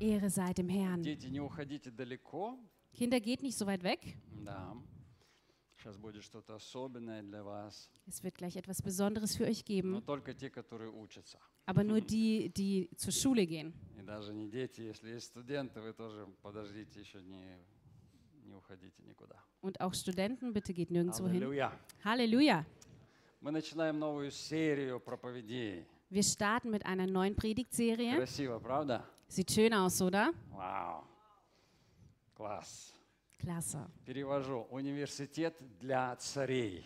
Ehre sei dem Herrn. Дети, не уходите далеко. Kinder, geht nicht so weit weg. Да. Сейчас будет что-то особенное для вас. Es wird gleich etwas Besonderes für euch Но geben, только те, которые учатся. aber nur die, die zur Schule gehen. И даже не дети, если есть студенты, вы тоже подождите, еще не, не уходите никуда. Und auch Studenten, bitte geht nirgendwo hin. Аллилуйя. Halleluja! Мы начинаем новую серию проповедей. Wir starten mit einer neuen Predigtserie. Красиво, правда? Sieht schön aus, oder? Вау. Класс. Klasse. Перевожу. Университет для царей.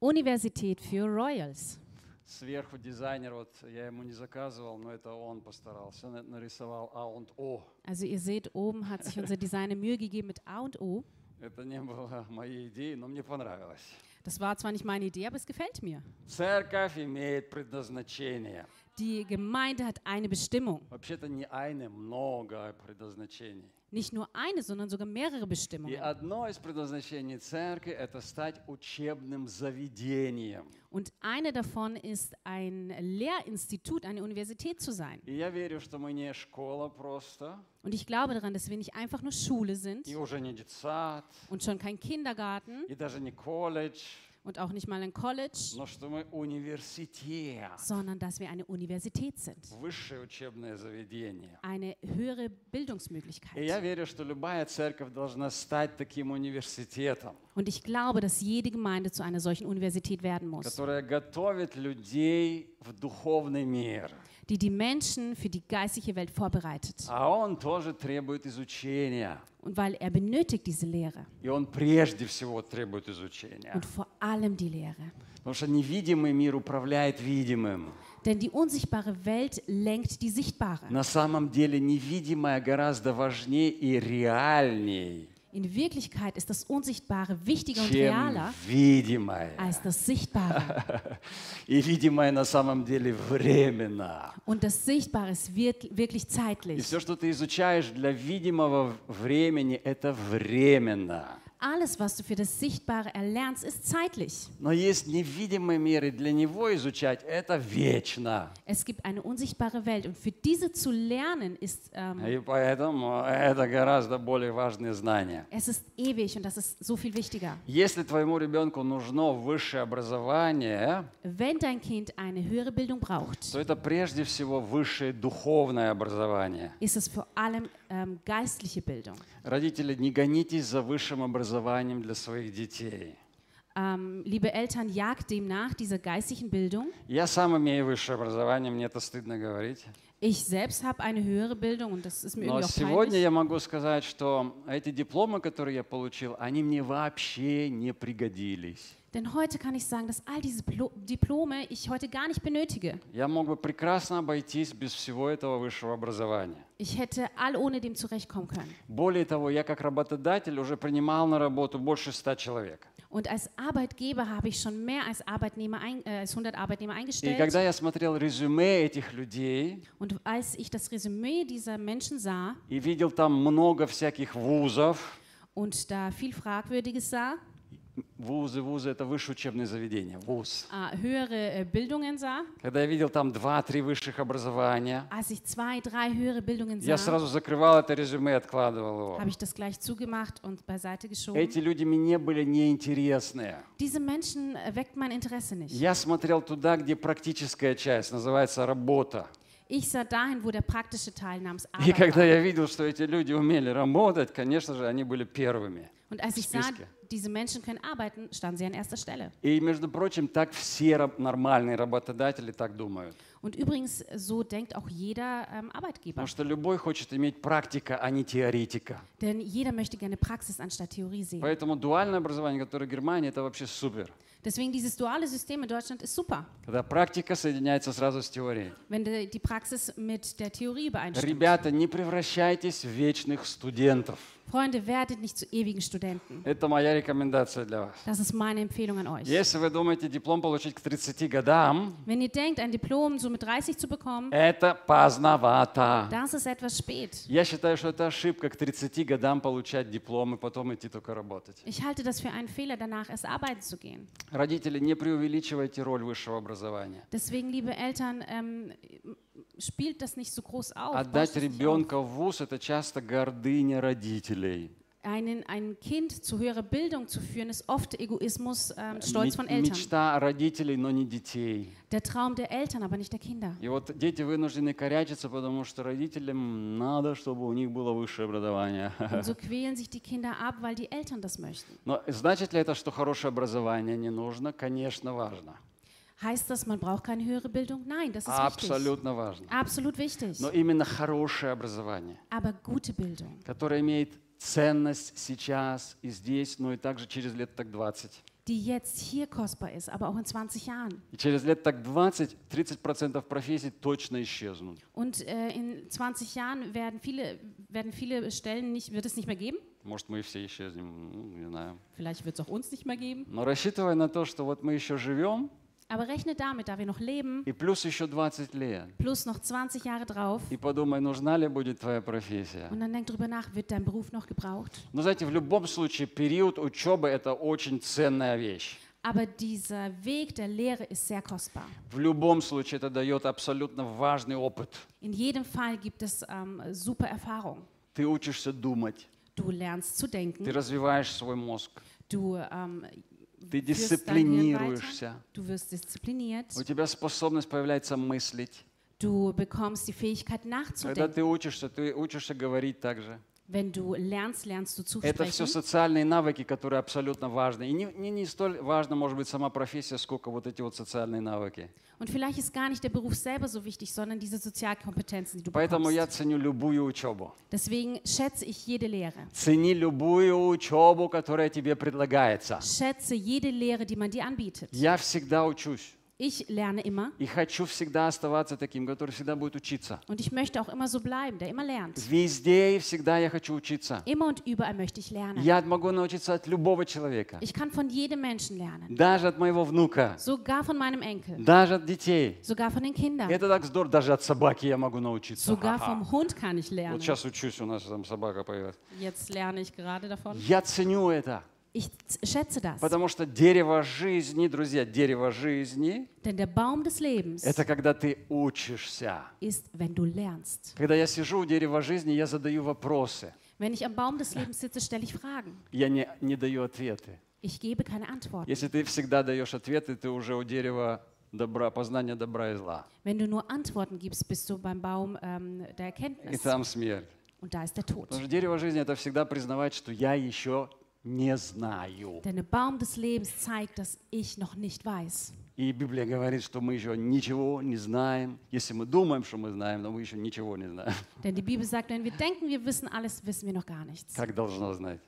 Universität für Royals. Сверху дизайнер, вот я ему не заказывал, но это он постарался, на- нарисовал А und О. Also ihr seht, oben hat sich unser Designer Mühe gegeben mit A und O. Это не было моей идеей, но мне понравилось. Das war zwar nicht meine Idee, aber es gefällt mir. Церковь имеет предназначение. Die Gemeinde hat eine Bestimmung. Вообще-то не айны, много предназначений. Nicht nur eine, sondern sogar mehrere И Bestimmungen. одно из предназначений церкви – это стать учебным заведением. Und eine davon ist, ein Lehrinstitut, eine Universität zu sein. И я верю, что мы не школа просто, Und ich glaube daran, dass wir nicht einfach nur Schule sind и уже не детсад, und schon kein Kindergarten и даже не колледж, und auch nicht mal ein College, но что мы университет, sondern dass wir eine Universität sind. высшее учебное заведение. Eine И höhere я Bildungsmöglichkeit. верю, что любая церковь должна стать таким университетом, Und ich glaube, dass jede Gemeinde zu einer solchen Universität werden muss, которая готовит людей в духовный мир. die die Menschen für die geistliche Welt vorbereitet. А он тоже trебует изучения. Und weil er benötigt diese Lehre И он прежде всего требует изучения. und vor allem die Lehre. Потому что невидимый мир управляет видимым. Denn die unsichtbare Welt lenkt die sichtbare. На самом деле невидимое гораздо важнее и реальней, In Wirklichkeit ist das Unsichtbare wichtiger und чем realer видимое. als das Sichtbare. И видимое на самом деле временно. Und das Sichtbare ist wirk- wirklich И zeitlich. все, что ты изучаешь для видимого времени, это временно. Alles, was du für das Sichtbare erlernst, ist zeitlich. Но есть невидимый мир, и для него изучать это вечно. Es gibt eine unsichtbare Welt und für diese zu lernen ist, ähm, И поэтому это гораздо более важные знания. es ist ewig und das ist so viel wichtiger. Если твоему ребенку нужно высшее образование, Wenn dein Kind eine höhere Bildung braucht, то это прежде всего высшее духовное образование. ist es vor allem ähm, geistliche Bildung. Родители, не гонитесь за высшим образованием для своих детей. Ähm, liebe Eltern, jagt dem nach dieser geistlichen Bildung. Я сам имею высшее образование, мне это стыдно говорить. Ich selbst habe eine höhere Bildung und das ist mir Но irgendwie auch сегодня peinlich. я могу сказать, что эти дипломы, которые я получил, они мне вообще не пригодились. Denn heute kann ich sagen, dass all diese Plo Diplome ich heute gar nicht benötige. Я мог бы прекрасно обойтись без всего этого высшего образования. Ich hätte all ohne dem zurechtkommen können. Более того, я как работодатель уже принимал на работу больше ста человек. Und als Arbeitgeber habe ich schon mehr als, Arbeitnehmer ein, äh, als 100 Arbeitnehmer И когда eingestellt. я смотрел резюме этих людей Und als ich das Resümee dieser Menschen sah и видел там много всяких вузов, und da viel Fragwürdiges sah, вузы, вузы – это высшее учебное заведение, вуз. äh, höhere äh, Bildungen sah, Когда я видел там два-три высших образования, als ich zwei, drei höhere Bildungen я sah, сразу закрывал это резюме и откладывал его. habe ich das gleich zugemacht und beiseite geschoben. Эти люди мне не были неинтересны. Diese Menschen äh, wecken mein Interesse nicht. Я смотрел туда, где практическая часть, называется работа. Ich sah dahin, wo der praktische Teil namens И Arbeit когда war. я видел, что эти люди умели работать, конечно же, они были первыми. Und als ich sah, Spiske. diese Menschen können arbeiten, standen sie an erster Stelle. И, между прочим, так все раб- нормальные работодатели так думают. Und übrigens, so denkt auch jeder ähm, Arbeitgeber. Потому что любой хочет иметь практика, а не теоретика. Denn jeder möchte gerne Praxis anstatt Theorie sehen. Поэтому дуальное образование, которое в Германии, это вообще супер. Deswegen dieses duale System in Deutschland ist super, Когда практика соединяется сразу с теорией. wenn die, die Praxis mit der Theorie übereinstimmt. Ребята, не превращайтесь в вечных студентов. Freunde, werdet nicht zu ewigen Studenten. Это моя рекомендация для вас. Das ist meine Empfehlung an euch. Если вы думаете диплом получить к 30 годам, Wenn ihr denkt, ein Diplom so mit 30 zu bekommen, это поздновато. das ist etwas spät. Я считаю, что это ошибка к 30 годам получать диплом и потом идти только работать. Ich halte das für einen Fehler, danach erst arbeiten zu gehen. Родители, не преувеличивайте роль высшего образования. Deswegen, liebe Eltern, ähm, spielt das nicht so groß auf. Отдать bauscht es nicht ребенка в ВУЗ – это часто гордыня родителей. auf. Einen, ein Kind zu höherer Bildung zu führen, ist oft Egoismus, ähm, Äh, Stolz von Ме- Eltern. Мечта родителей, но не детей. Der Traum der Eltern, aber nicht der Kinder. И вот дети вынуждены корячиться, потому что родителям надо, чтобы у них было высшее образование. Und so quälen sich die Kinder ab, weil die Eltern das möchten. Но значит ли это, что хорошее образование не нужно? Конечно, важно. Heißt das, man braucht keine höhere Bildung? Nein, das ist wichtig. Абсолютно важно. Absolut wichtig. Но именно хорошее образование, Aber gute Bildung, которое имеет ценность сейчас и здесь, но и также через лет так 20. die jetzt hier kostbar ist, aber auch in 20 Jahren. И через лет так 20 30% профессий точно исчеznут. Und äh, in 20 Jahren werden viele, werden viele Stellen nicht, wird es nicht mehr geben. Может, мы все исчезнем, ну, не знаю. Vielleicht wird es auch uns nicht mehr geben. Но рассчитывая на то, что вот мы еще живем, Aber rechnet damit, da wir noch leben, и плюс еще 20 лет, plus noch 20 Jahre drauf. и подумай, нужна ли будет твоя профессия. Und dann denk drüber nach, wird dein Beruf noch gebraucht? Но знаете, в любом случае период учебы – это очень ценная вещь. Aber dieser Weg der Lehre ist sehr kostbar. В любом случае это дает абсолютно важный опыт. In jedem Fall gibt es ähm, super Erfahrung. Ты учишься думать, Du lernst zu ты denken, развиваешь свой мозг, du, ähm, ты Wirst dein Hirn дисциплинируешься, du wirst diszipliniert, у тебя способность появляется мыслить. du bekommst die Fähigkeit Когда nachzudenken. ты учишься, ты учишься говорить также. Wenn du lernst, lernst du zu Это все sprechen. социальные навыки, которые абсолютно важны. И не, не, не столь важна, может быть, сама профессия, сколько вот эти вот социальные навыки. Und vielleicht ist gar nicht der Beruf selber so wichtig, sondern diese Sozialkompetenzen, die du Поэтому я bekommst. ценю любую учебу. Deswegen schätze ich jede Lehre. Цени любую учебу, которая тебе предлагается. Schätze jede Lehre, die man dir anbietet. Я всегда учусь. Ich lerne immer И хочу всегда оставаться таким, который всегда будет учиться. und ich möchte auch immer so bleiben, der immer lernt. Везде и всегда я хочу учиться. Immer und überall möchte ich lernen. Я могу научиться от любого человека. Ich kann von jedem Menschen lernen, Даже от моего внука. sogar von meinem Enkel, Даже от детей. sogar von den Kindern, Это так здорово. Даже от собаки я могу научиться. sogar Ха-ха. vom Hund kann ich Вот lernen. сейчас учусь, у нас там собака появилась. Jetzt lerne ich gerade davon. Я ценю это. Ich z- schätze das, Потому что дерево жизни, друзья, дерево жизни denn der Baum des Lebens – это когда ты учишься. ist, wenn du lernst. Когда я сижу у дерева жизни, я задаю вопросы. Wenn ich am Baum des Lebens sitze, stelle ich Fragen. Я не, не даю ответы. Ich gebe keine Antworten. Если ты всегда даешь ответы, ты уже у дерева добра, познания добра и зла. Wenn du nur Antworten gibst, bist du beim Baum ähm, der И Erkenntnis там смерть. und da ist der Tod. Потому что дерево жизни – это всегда признавать, что я еще не знаю. Denn der Baum des Lebens zeigt, dass ich noch nicht weiß. И Библия говорит, что мы еще ничего не знаем. Если мы думаем, что мы знаем, но мы еще ничего не знаем. Denn die Bibel sagt, wenn wir denken, wir wissen alles, wissen wir noch gar nichts. Как должно знать.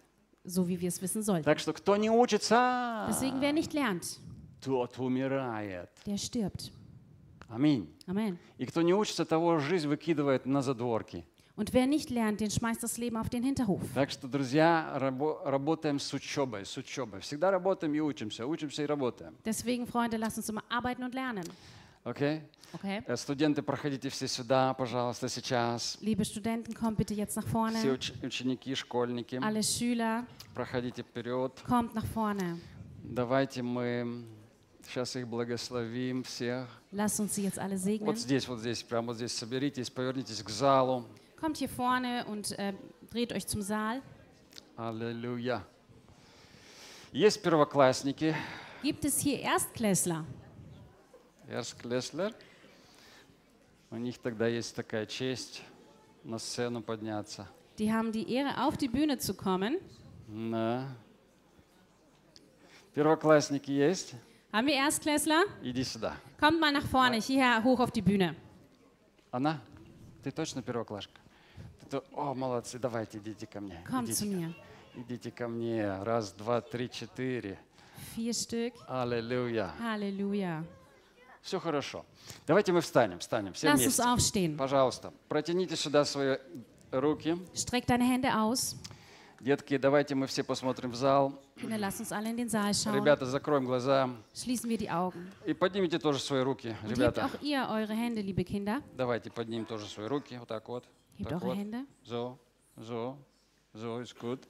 So wie wir es wissen sollten. Так что кто не учится, Deswegen, wer nicht lernt, тот умирает. der stirbt. Аминь. Amen. И кто не учится, того жизнь выкидывает на задворки. Und wer nicht lernt, den schmeißt das Leben auf den Hinterhof. Так что, друзья, рабо- работаем с учебой, с учебой. Всегда работаем и учимся, учимся и работаем. Deswegen, Freunde, lasst uns immer arbeiten und lernen. Окей? Okay? Э, Студенты, проходите все сюда, пожалуйста, сейчас. Liebe Studenten, kommt bitte jetzt nach Все vorne. уч- ученики, школьники, Alle Schüler, проходите вперед. kommt nach vorne. Давайте мы сейчас их благословим всех. Lasst uns sie jetzt alle Вот segnen. здесь, вот здесь, прямо вот здесь соберитесь, повернитесь к залу. Kommt hier vorne und äh, dreht euch zum Saal. Аллилуйя. Есть первоклассники. Gibt es hier Erstklässler? Эрс Клеслер. У них тогда есть такая честь на сцену подняться. Die haben die Ehre, auf die Bühne zu kommen. Да. Первоклассники есть? Haben wir Erstklässler? Иди сюда. Kommt mal nach vorne, hierher hoch auf die Bühne. Она? Ты точно первоклашка? Ты то- О, молодцы, давайте, идите ко мне. Kommt zu идите, mir. идите ко мне. Раз, два, три, четыре. Vier Stück. Аллилуйя. Halleluja. Все хорошо. Давайте мы встанем, встанем, все Lass вместе. uns aufstehen. Пожалуйста, протяните сюда свои руки. Streck deine Hände aus. Детки, давайте мы все посмотрим в зал. Kinder, lasst uns alle in den Saal schauen. Ребята, закроем глаза. Schließen wir die Augen. И поднимите тоже свои руки, Und hebt ребята. auch ihr eure Hände, liebe Kinder. Давайте поднимем тоже свои руки. Вот так вот. Hebt Так eure вот. Hände. So, so, so, it's good.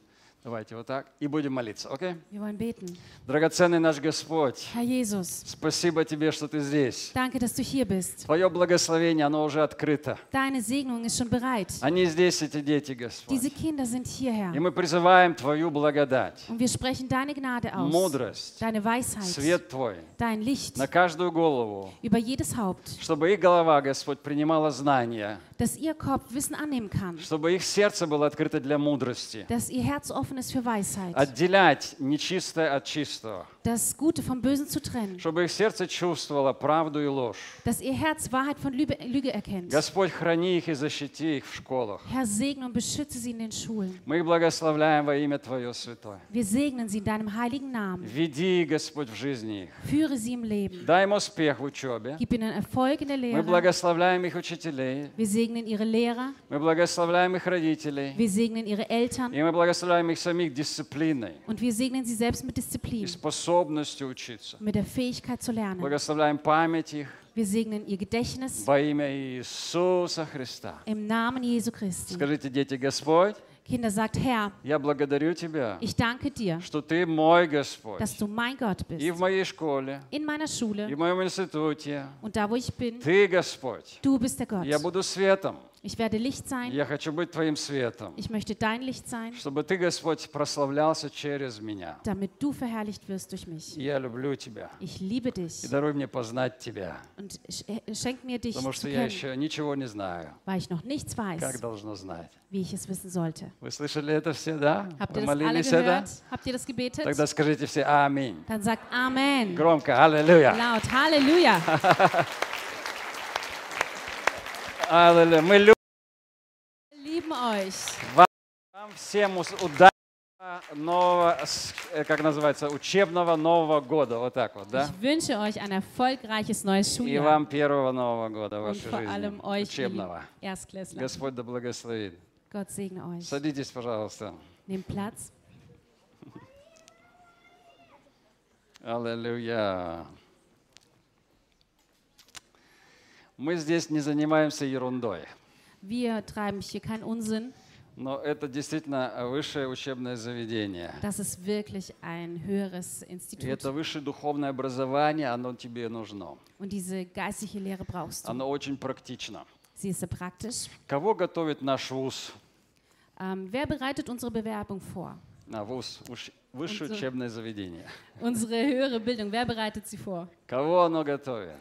Давайте вот так. И будем молиться, окей? Wir wollen beten. Драгоценный наш Господь, Herr Jesus, спасибо Тебе, что Ты здесь. danke, dass du hier bist. Твое благословение, оно уже открыто. Deine Segnung ist schon bereit. Они здесь, эти дети, Diese Господь. Kinder sind hierher. И мы призываем Твою благодать, Und wir sprechen deine Gnade aus. мудрость, Deine Weisheit. свет Твой Dein Licht на каждую голову, über jedes Haupt. чтобы их голова, Господь, принимала знания, Dass ihr Kopf Wissen annehmen kann. чтобы их сердце было открыто для мудрости. Dass ihr Herz offen ist für Also- Weisheit. Отделять нечистое от чистого, Das Gute vom Bösen zu trennen. чтобы их сердце чувствовало правду и ложь. Dass ihr Herz Wahrheit von Lüge, Lüge erkennt. Господь, храни их и защити их в школах. Herr, segne und beschütze sie in den Schulen. Мы их благословляем во имя Твое Святое. Wir segnen sie in deinem heiligen Namen. Веди, Господь, в жизни их. Führe sie im Leben. Дай им успех в учебе. Gib ihnen Erfolg in der Мы Lehre. благословляем их учителей. Wir segnen ihre Lehrer. Мы благословляем их родителей. Wir segnen ihre Eltern. И мы благословляем их самих дисциплиной Und wir segnen sie selbst mit и Disziplin. способностью учиться. Mit der Fähigkeit zu lernen. Благословляем память их Wir segnen ihr Gedächtnis. во имя Иисуса Христа. Im Namen Jesu Christi. Скажите, дети, Господь, Kinder, sagt Herr, я благодарю Тебя, ich danke dir, что Ты мой dass Господь. du mein Gott И в bist. моей школе, In meiner и Schule в моем институте. und da, wo ich bin, Ты Господь. du bist der Я Gott. буду светом. Ich werde Licht sein. Я хочу быть Твоим светом. Ich möchte dein Licht sein, Чтобы Ты, Господь, прославлялся через меня. damit du verherrlicht wirst durch mich. И Я люблю Тебя. Ich liebe dich. И даруй мне познать Тебя. und sch- äh, schenk mir dich Потому zu что я kennen, еще ничего не знаю, weil ich noch nichts как weiß, должно знать. wie ich es wissen sollte. Вы слышали это все, да? Habt Вы ihr das alle молились это? gehört? Habt ihr das gebetet? Тогда скажите все «Аминь». Dann sagt Amen. Громко «Аллилуйя». Laut Halleluja. Аллилуйя. Мы любим Wir lieben euch. вам всем ус- удачного нового, с- э, как называется, учебного Нового года. Вот так вот, да? Ich wünsche euch ein erfolgreiches neues И Schuljahr вам первого Нового года в und вашей vor allem жизни euch ihr учебного. lieben Erstklässler. Господь да благословит. Gott segne euch. Садитесь, пожалуйста. Nehmt Platz. Аллилуйя. Мы здесь не занимаемся ерундой, Wir treiben hier keinen Unsinn. но это действительно высшее учебное заведение. Das ist wirklich ein höheres И это Institut. высшее духовное образование, оно тебе нужно. Und diese geistliche Lehre brauchst du. Оно очень практично. Sie ist sehr praktisch. Кого готовит наш ВУЗ? Ähm, wer bereitet unsere Bewerbung vor? На А, ВУЗ, уш- высшее Вузы. учебное заведение. Unsere höhere Bildung, wer bereitet sie vor? Кого оно готовит?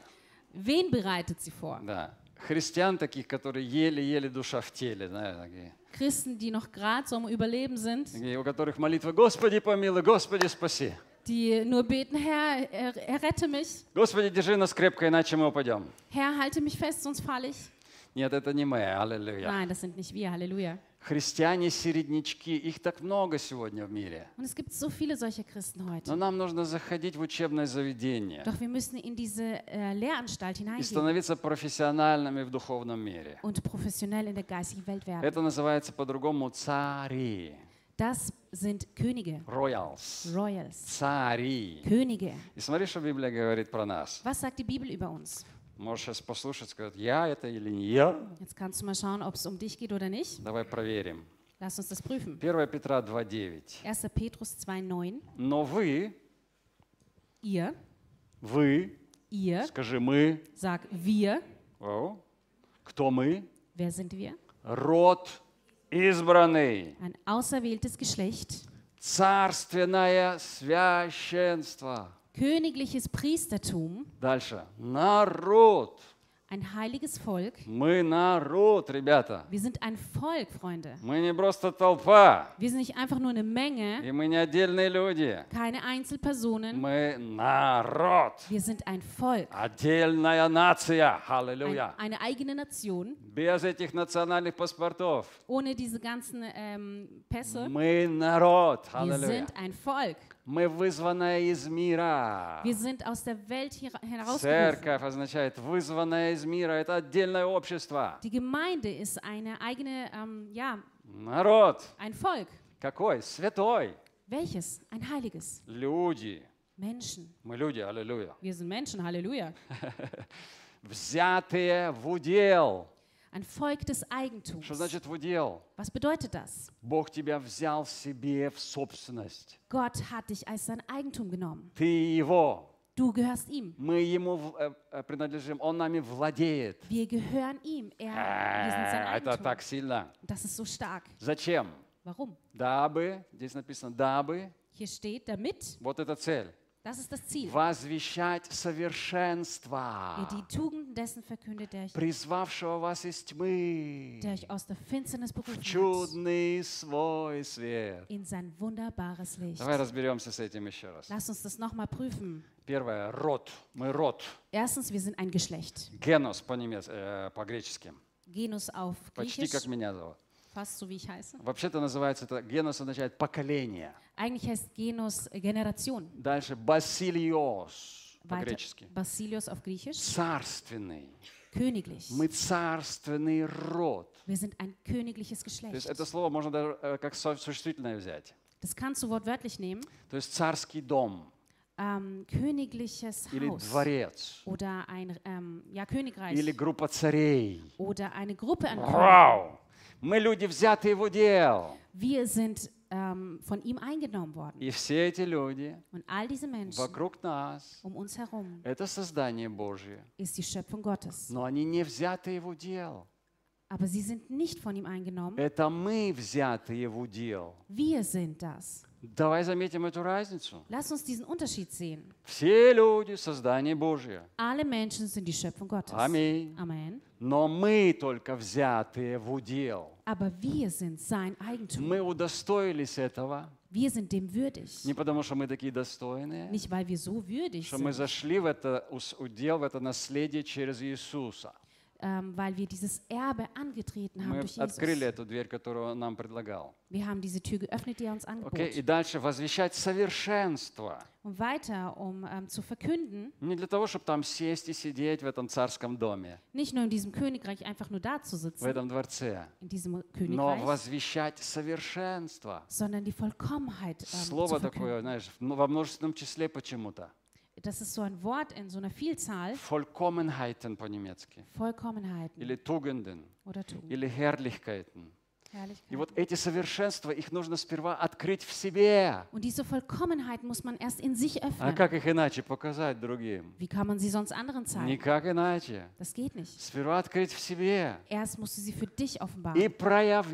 Wen bereitet sie vor? Да. Христиан таких, которые еле-еле душа в теле, знаешь, такие. Christen, die noch gerade so am Überleben sind, Такие, у которых молитва «Господи помилуй, Господи спаси». die nur beten, Herr, er, errette mich, Господи, держи нас крепко, иначе мы упадем. Herr, halte mich fest, sonst falle ich. Нет, это не мы, аллилуйя. Nein, das sind nicht wir, Halleluja. Христиане-середнячки, их так много сегодня в мире. Und es gibt so viele solcher Christen Но heute. нам нужно заходить в учебное заведение Doch wir müssen in diese äh, Lehranstalt и hineingehen становиться профессиональными в духовном мире. und professionell in der geistigen Welt werden. Это называется по-другому цари, Das sind Könige, royals, Royals, цари. Könige. И смотри, что Библия говорит про нас. Was sagt die Bibel über uns? Можешь сейчас послушать, сказать, я это или не я. Jetzt kannst du mal schauen, ob es um dich geht oder nicht. Давай проверим. Lass uns das prüfen. 1 Петра 2.9. 1. Petrus 2,9. Но вы, Ihr, вы, ihr, скажи мы, sag wir. О, кто мы? Wer sind wir? Род избранный, Ein auserwähltes Geschlecht, царственное священство. königliches Priestertum, Дальше. Народ. ein heiliges Volk. Мы народ, ребята. Wir sind ein Volk, Freunde. Мы не просто толпа, Wir sind nicht einfach nur eine Menge, и мы не отдельные люди. keine Einzelpersonen. Мы народ. Wir sind ein Volk, Отдельная нация. ein, Аллилуйя. eine eigene Nation. Без этих национальных паспортов. Ohne diese ganzen ähm, Pässe. Мы народ. Wir Аллилуйя. sind ein Volk. Мы вызванные из мира. Wir sind aus der Welt hier- herausgerufen. Церковь означает вызванная из мира. Это отдельное общество. Die Gemeinde ist eine eigene, ähm, ja, Народ. ein Volk. Какой? Святой. Welches? Ein heiliges. Люди. Menschen. Мы люди, аллилуйя. Wir sind Menschen, Halleluja. Взятые в удел. Ein Volk des Eigentums. Что значит в удел? Was bedeutet das? Бог тебя взял в себе в собственность. Gott hat dich als sein Eigentum genommen. Ты его. Du gehörst ihm. Мы ему в- э, э, принадлежим. Он нами владеет. Wir gehören ihm. Er, wir sind sein Э, Это Eigentum. так сильно. Und Das ist so stark. Зачем? Warum? Дабы, здесь написано, дабы, Hier steht, damit, вот эта цель, das ist das Ziel, возвещать ihr совершенство, die Tugenden dessen verkündet, der, euch- призвавшего вас из тьмы der euch aus der Finsternis в berufen hat, чудный свой свет. in sein wunderbares Licht. Давай разберемся с этим еще раз. Lass uns das nochmal prüfen. Первое, род. Мы род. Erstens, wir sind ein Geschlecht. Генос по-немец, э, по-гречески. Genus auf Почти Griechisch, как меня зовут. fast so wie ich heiße. Вообще-то называется это, генос означает поколение. Eigentlich heißt Genus äh, Generation. Дальше басилиос Weiter, по-гречески. Basilios auf Griechisch, Царственный. königlich. Мы царственный род. Wir sind ein königliches То есть Geschlecht. это слово можно даже э, как со- существительное взять. Das kannst du wortwörtlich nehmen. То есть царский дом Ähm, königliches или Haus. дворец Oder ein ähm, ja, Königreich. или группа царей. Oder eine Gruppe an Königen. Вау! Мы люди, взятые его дел. Wir sind ähm, von ihm eingenommen worden. И все эти люди Und all diese Menschen вокруг нас um uns herum — это создание Божье. ist die Schöpfung Gottes. Но они не взяты его дел. Aber sie sind nicht von ihm eingenommen. Это мы взяты его дел. Wir sind das. Давай заметим эту разницу. Lass uns diesen Unterschied sehen. Все люди — создание Божье. Alle Menschen sind die Schöpfung Gottes. Аминь. Amen. Но мы только взятые в удел. Aber wir sind sein Eigentum. Мы удостоились этого Wir sind dem würdig. не потому, что мы такие достойные, Nicht, weil wir so würdig что мы sind, зашли в это ус- удел, в это наследие через Иисуса. ähm, weil wir dieses Erbe angetreten haben Мы durch открыли Jesus. эту дверь, которую Он нам предлагал. Wir haben diese Tür geöffnet, die er uns Окей? И angebot. дальше возвещать совершенство. Und weiter, um ähm, zu verkünden, Не для того, чтобы там сесть и сидеть в этом царском доме, nicht nur in diesem Königreich einfach nur da zu в sitzen, этом дворце, in diesem но Königreich, возвещать совершенство. sondern die Vollkommenheit ähm, zu Слово такое, verkünden. знаешь, в- ну, во множественном числе почему-то. Das ist so ein Wort in so einer Vielzahl. Vollkommenheiten по-немецки. Vollkommenheiten Или Tugenden. oder Tugend, Или Herrlichkeiten. И Herrlichkeit. вот эти совершенства, их нужно сперва открыть в себе. Und diese Vollkommenheit muss man erst in sich А öffnen. как их иначе показать другим? Wie kann man sie sonst anderen zeigen? Никак иначе. Das geht nicht. Сперва открыть в себе Erst musst du sie für dich и offenbaren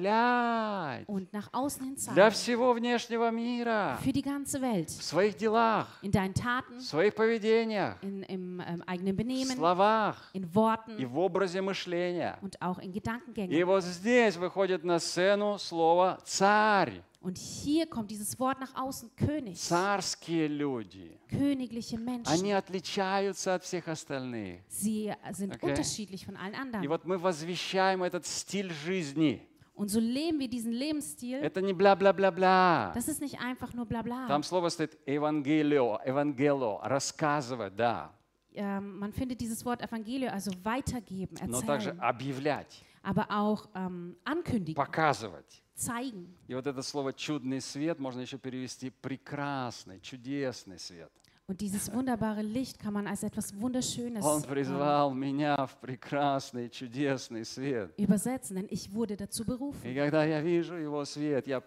проявлять und nach außen hin для zeigen. всего внешнего мира, Für die ganze Welt. в своих делах, In deinen в Taten, своих поведениях, in, im ähm, eigenen в Benehmen, словах in и Worten в образе мышления. und auch in И Gedankengängen. вот здесь выходит на сцену слово «царь», Und hier kommt dieses Wort nach außen, König, царские люди. königliche Menschen. Они отличаются от всех остальных. Sie sind Okay. unterschiedlich von allen И anderen. вот мы возвещаем этот стиль жизни. Und so leben wir diesen Lebensstil. Это не бла-бла-бла-бла. Das ist nicht einfach nur Blabla. Там слово стоит «евангелио», «евангело», «рассказывать», да, Ähm, man findet dieses Wort Evangelium, also weitergeben, но также erzählen, объявлять, aber auch ähm, ankündigen, показывать. zeigen. И вот это слово «чудный свет» можно еще перевести «прекрасный», «чудесный свет». Und dieses wunderbare Licht kann man als etwas Wunderschönes Он ähm, призвал меня в прекрасный, чудесный свет. übersetzen, denn ich wurde dazu И berufen. когда я вижу его свет, я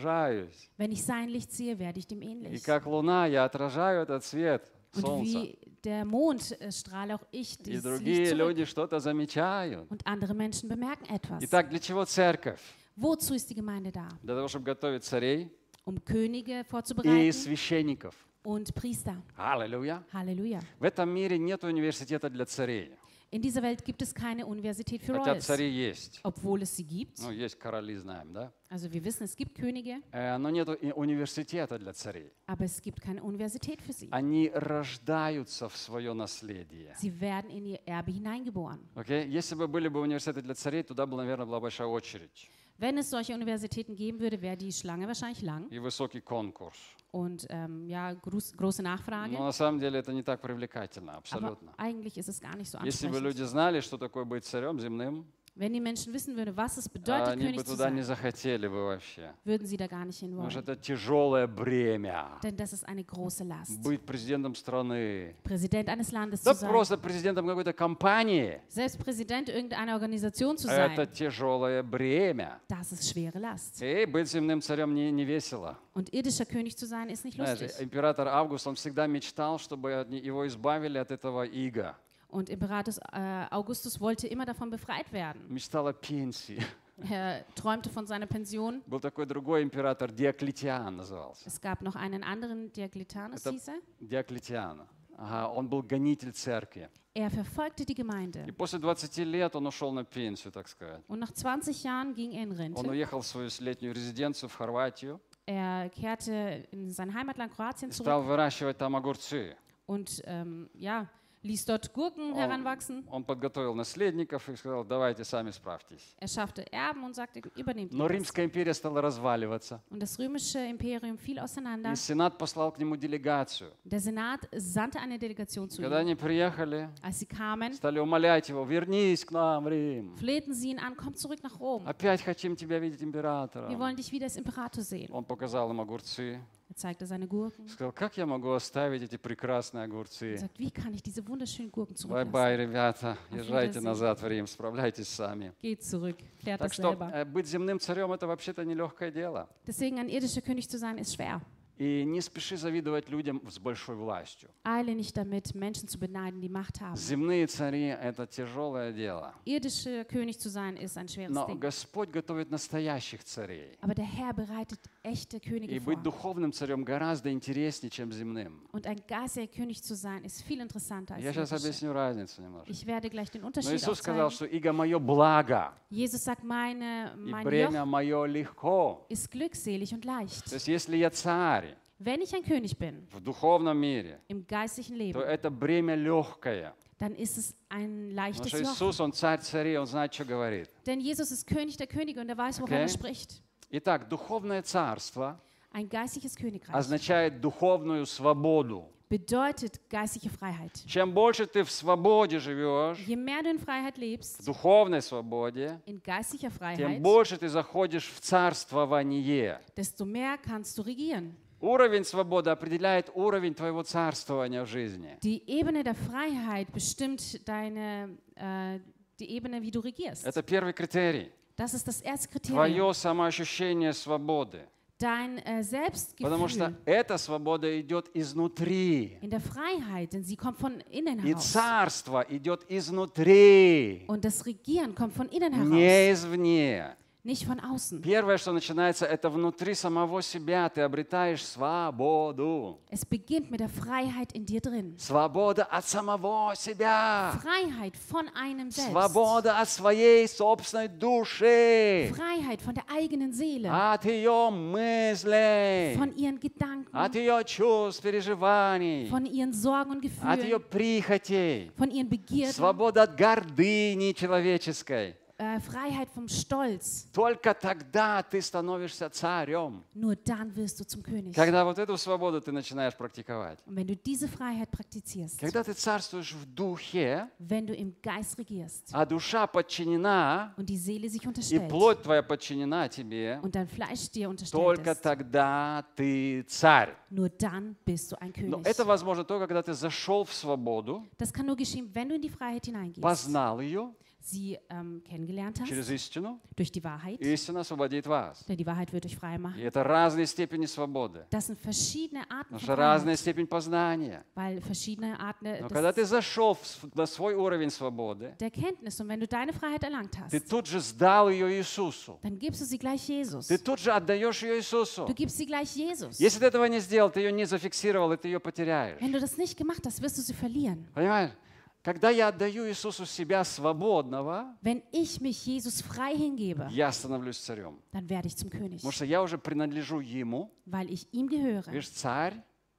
преображаюсь. Wenn ich sein Licht sehe, werde ich dem И ähnlich. как луна я отражаю этот свет Und солнца. wie der Mond äh, strahle auch ich И dieses Licht другие zurück. люди что-то замечают. Und andere Menschen bemerken etwas. Итак, для чего церковь? Wozu ist die Gemeinde da? Для того, чтобы готовить царей Um Könige и vorzubereiten священников. und Priester. Аллилуйя. Halleluja. В этом мире нет университета для царей, In dieser Welt gibt es keine Universität für хотя Royals, цари есть. obwohl es sie gibt. Ну, есть короли, знаем, да? Also wir wissen, es gibt Könige, Э, Но нет университета для царей. aber es gibt keine Universität für sie. Они рождаются в свое наследие. Sie werden in ihr Erbe hineingeboren. Окей? Если бы были бы университеты для царей, туда бы, наверное, была большая очередь Wenn es solche Universitäten geben würde, wäre die Schlange wahrscheinlich lang и высокий конкурс. und ähm, ja, groß, große Nachfrage. Но на самом деле это не так привлекательно, Aber абсолютно. eigentlich ist es gar nicht so Если бы ansprechend. люди знали, что такое быть царем земным, а, Wenn die Menschen wissen würden, was es bedeutet, они бы König zu туда не sein, захотели бы вообще. würden sie da gar nicht hin Потому что wollen. это тяжелое бремя. Denn das ist eine große Last. Быть президентом страны. Präsident eines Landes Да zu sein, просто президентом какой-то компании. selbst Präsident irgendeiner Organisation zu Это Э- sein, тяжелое бремя. das ist schwere Last. И быть земным царем не, не весело. Und irdischer König zu sein, ist nicht Знаете, lustig. император Август, он всегда мечтал, чтобы от не- его избавили от этого ига. Und Imperator äh, Augustus wollte immer davon befreit werden. Мечтал о пенсии. Er träumte von seiner Pension. Был такой другой император, Диоклетиан назывался. Es gab noch einen anderen, Diogletanus Это- hieß er. Диоклетиан. Ага, он был гонитель церкви. Er verfolgte die И Gemeinde. после 20 лет он ушел на пенсию, так сказать. Und nach 20 Jahren ging er in Он Rente. уехал в свою летнюю резиденцию в Хорватию Er kehrte in sein Heimatland Kroatien и zurück стал выращивать там огурцы. und ähm, ja, ließ dort Gurken heranwachsen. Он подготовил наследников и сказал, давайте сами справьтесь. Er schaffte Erben und sagte, übernehmt Но ihr das. Римская империя стала разваливаться. Und das römische Imperium fiel auseinander. И Сенат послал к нему делегацию. Der Senat sandte eine Delegation zu Когда ihm. они приехали, Als sie kamen, стали умолять его, вернись к нам, Рим. flehten sie ihn an, komm zurück nach Rom. Опять хотим тебя видеть Wir императором. wollen dich wieder als Imperator sehen. Он показал им огурцы. Er zeigte seine Gurken und Сказал, как я могу оставить эти прекрасные огурцы? sagt, wie kann ich diese wunderschönen Gurken zurücklassen? Бай-бай, ребята, езжайте Wiedersehen. назад в Рим, справляйтесь сами. Geht zurück, klärt Так das что selber. э, быть земным царем это вообще-то нелегкое дело. Deswegen ein irdischer König zu sein, ist schwer. И не спеши завидовать людям с большой властью. Eile nicht damit, Menschen zu beneiden, die Macht haben. Земные цари это тяжелое дело. Irdischer König zu sein, ist ein schweres Но Ding. Господь готовит настоящих царей. Aber der Herr bereitet echte И Könige быть vor. духовным царем гораздо интереснее, чем земным. Und ein geistiger König zu sein, ist viel interessanter als Я сейчас irdischer. объясню разницу немножко. Ich werde gleich den Но Unterschied Иисус сказал, aufzeigen. что иго мое благо, Jesus sagt, meine, и mein Joch бремя мое легко. ist glückselig und То leicht. есть если я царь Wenn ich ein König bin, в духовном мире, im geistlichen то Leben, это бремя легкое. dann ist es ein Потому leichtes что Joch. Иисус, Он царь царей, Он знает, что говорит. Denn Jesus ist König der Könige und er weiß, woran Okay. er spricht. Итак, духовное царство Ein geistliches Königreich Also ne- означает духовную свободу. bedeutet geistliche Freiheit. Чем больше ты в свободе живешь, Je mehr du in Freiheit в lebst, духовной свободе, in geistlicher тем Freiheit, больше ты заходишь в царствование. desto mehr kannst du regieren. Уровень свободы определяет уровень твоего царствования в жизни. Die Ebene der Freiheit bestimmt deine, äh, die Ebene, wie du regierst. Это первый критерий. Das ist das erste Kriterium. Твое самоощущение свободы. Dein äh, Потому что Selbstgefühl эта свобода идет изнутри. in der Freiheit, denn sie kommt von innen И heraus. царство идет изнутри, Und das Regieren kommt von innen heraus, не извне. nicht von außen. Первое, что начинается, это внутри самого себя ты обретаешь свободу. Es beginnt mit der Freiheit in dir drin. Свобода от самого себя. Freiheit von einem selbst. Свобода от своей собственной души. Freiheit von der eigenen Seele, От ее мыслей. von ihren От Gedanken, ее чувств, переживаний. von ihren Sorgen und От ее Gefühlen, прихотей. von ihren Begierden, Свобода от гордыни человеческой. äh, Freiheit vom Stolz. Только тогда ты становишься царем. Nur dann wirst du zum König. Когда вот эту свободу ты начинаешь практиковать. Und wenn du diese Freiheit praktizierst, Когда ты царствуешь в духе, wenn du im Geist regierst а душа подчинена, а? und die Seele sich и unterstellt плоть твоя подчинена тебе, und dein Fleisch dir unterstellt только ist, тогда ты царь. nur dann bist du ein Но König. это возможно только, когда ты зашел в свободу, Das kann nur geschehen, wenn du in die Freiheit hineingehst, познал ее sie ähm, kennengelernt hast через истину, durch die Wahrheit, и истина освободит вас. denn die Wahrheit wird dich frei И machen. это разные степени свободы, Das sind verschiedene Arten потому von что разная Freiheit, степень познания. weil verschiedene Arten Но когда ты des, зашел в с- на свой уровень свободы, der Kenntnis und wenn du deine Freiheit erlangt ты hast, тут же сдал ее Иисусу. dann gibst du sie gleich Jesus. Ты тут же отдаешь ее Иисусу. Du gibst sie gleich Jesus. Если ты этого не сделал, ты ее не зафиксировал, и ты ее потеряешь. Wenn du das nicht gemacht hast, wirst du sie verlieren. Понимаешь? Когда я отдаю Иисусу себя свободного, Wenn ich mich Jesus frei hingebe, я становлюсь царем. dann werde ich zum König, Потому что я уже принадлежу Ему. weil ich ihm gehöre. Видишь, царь,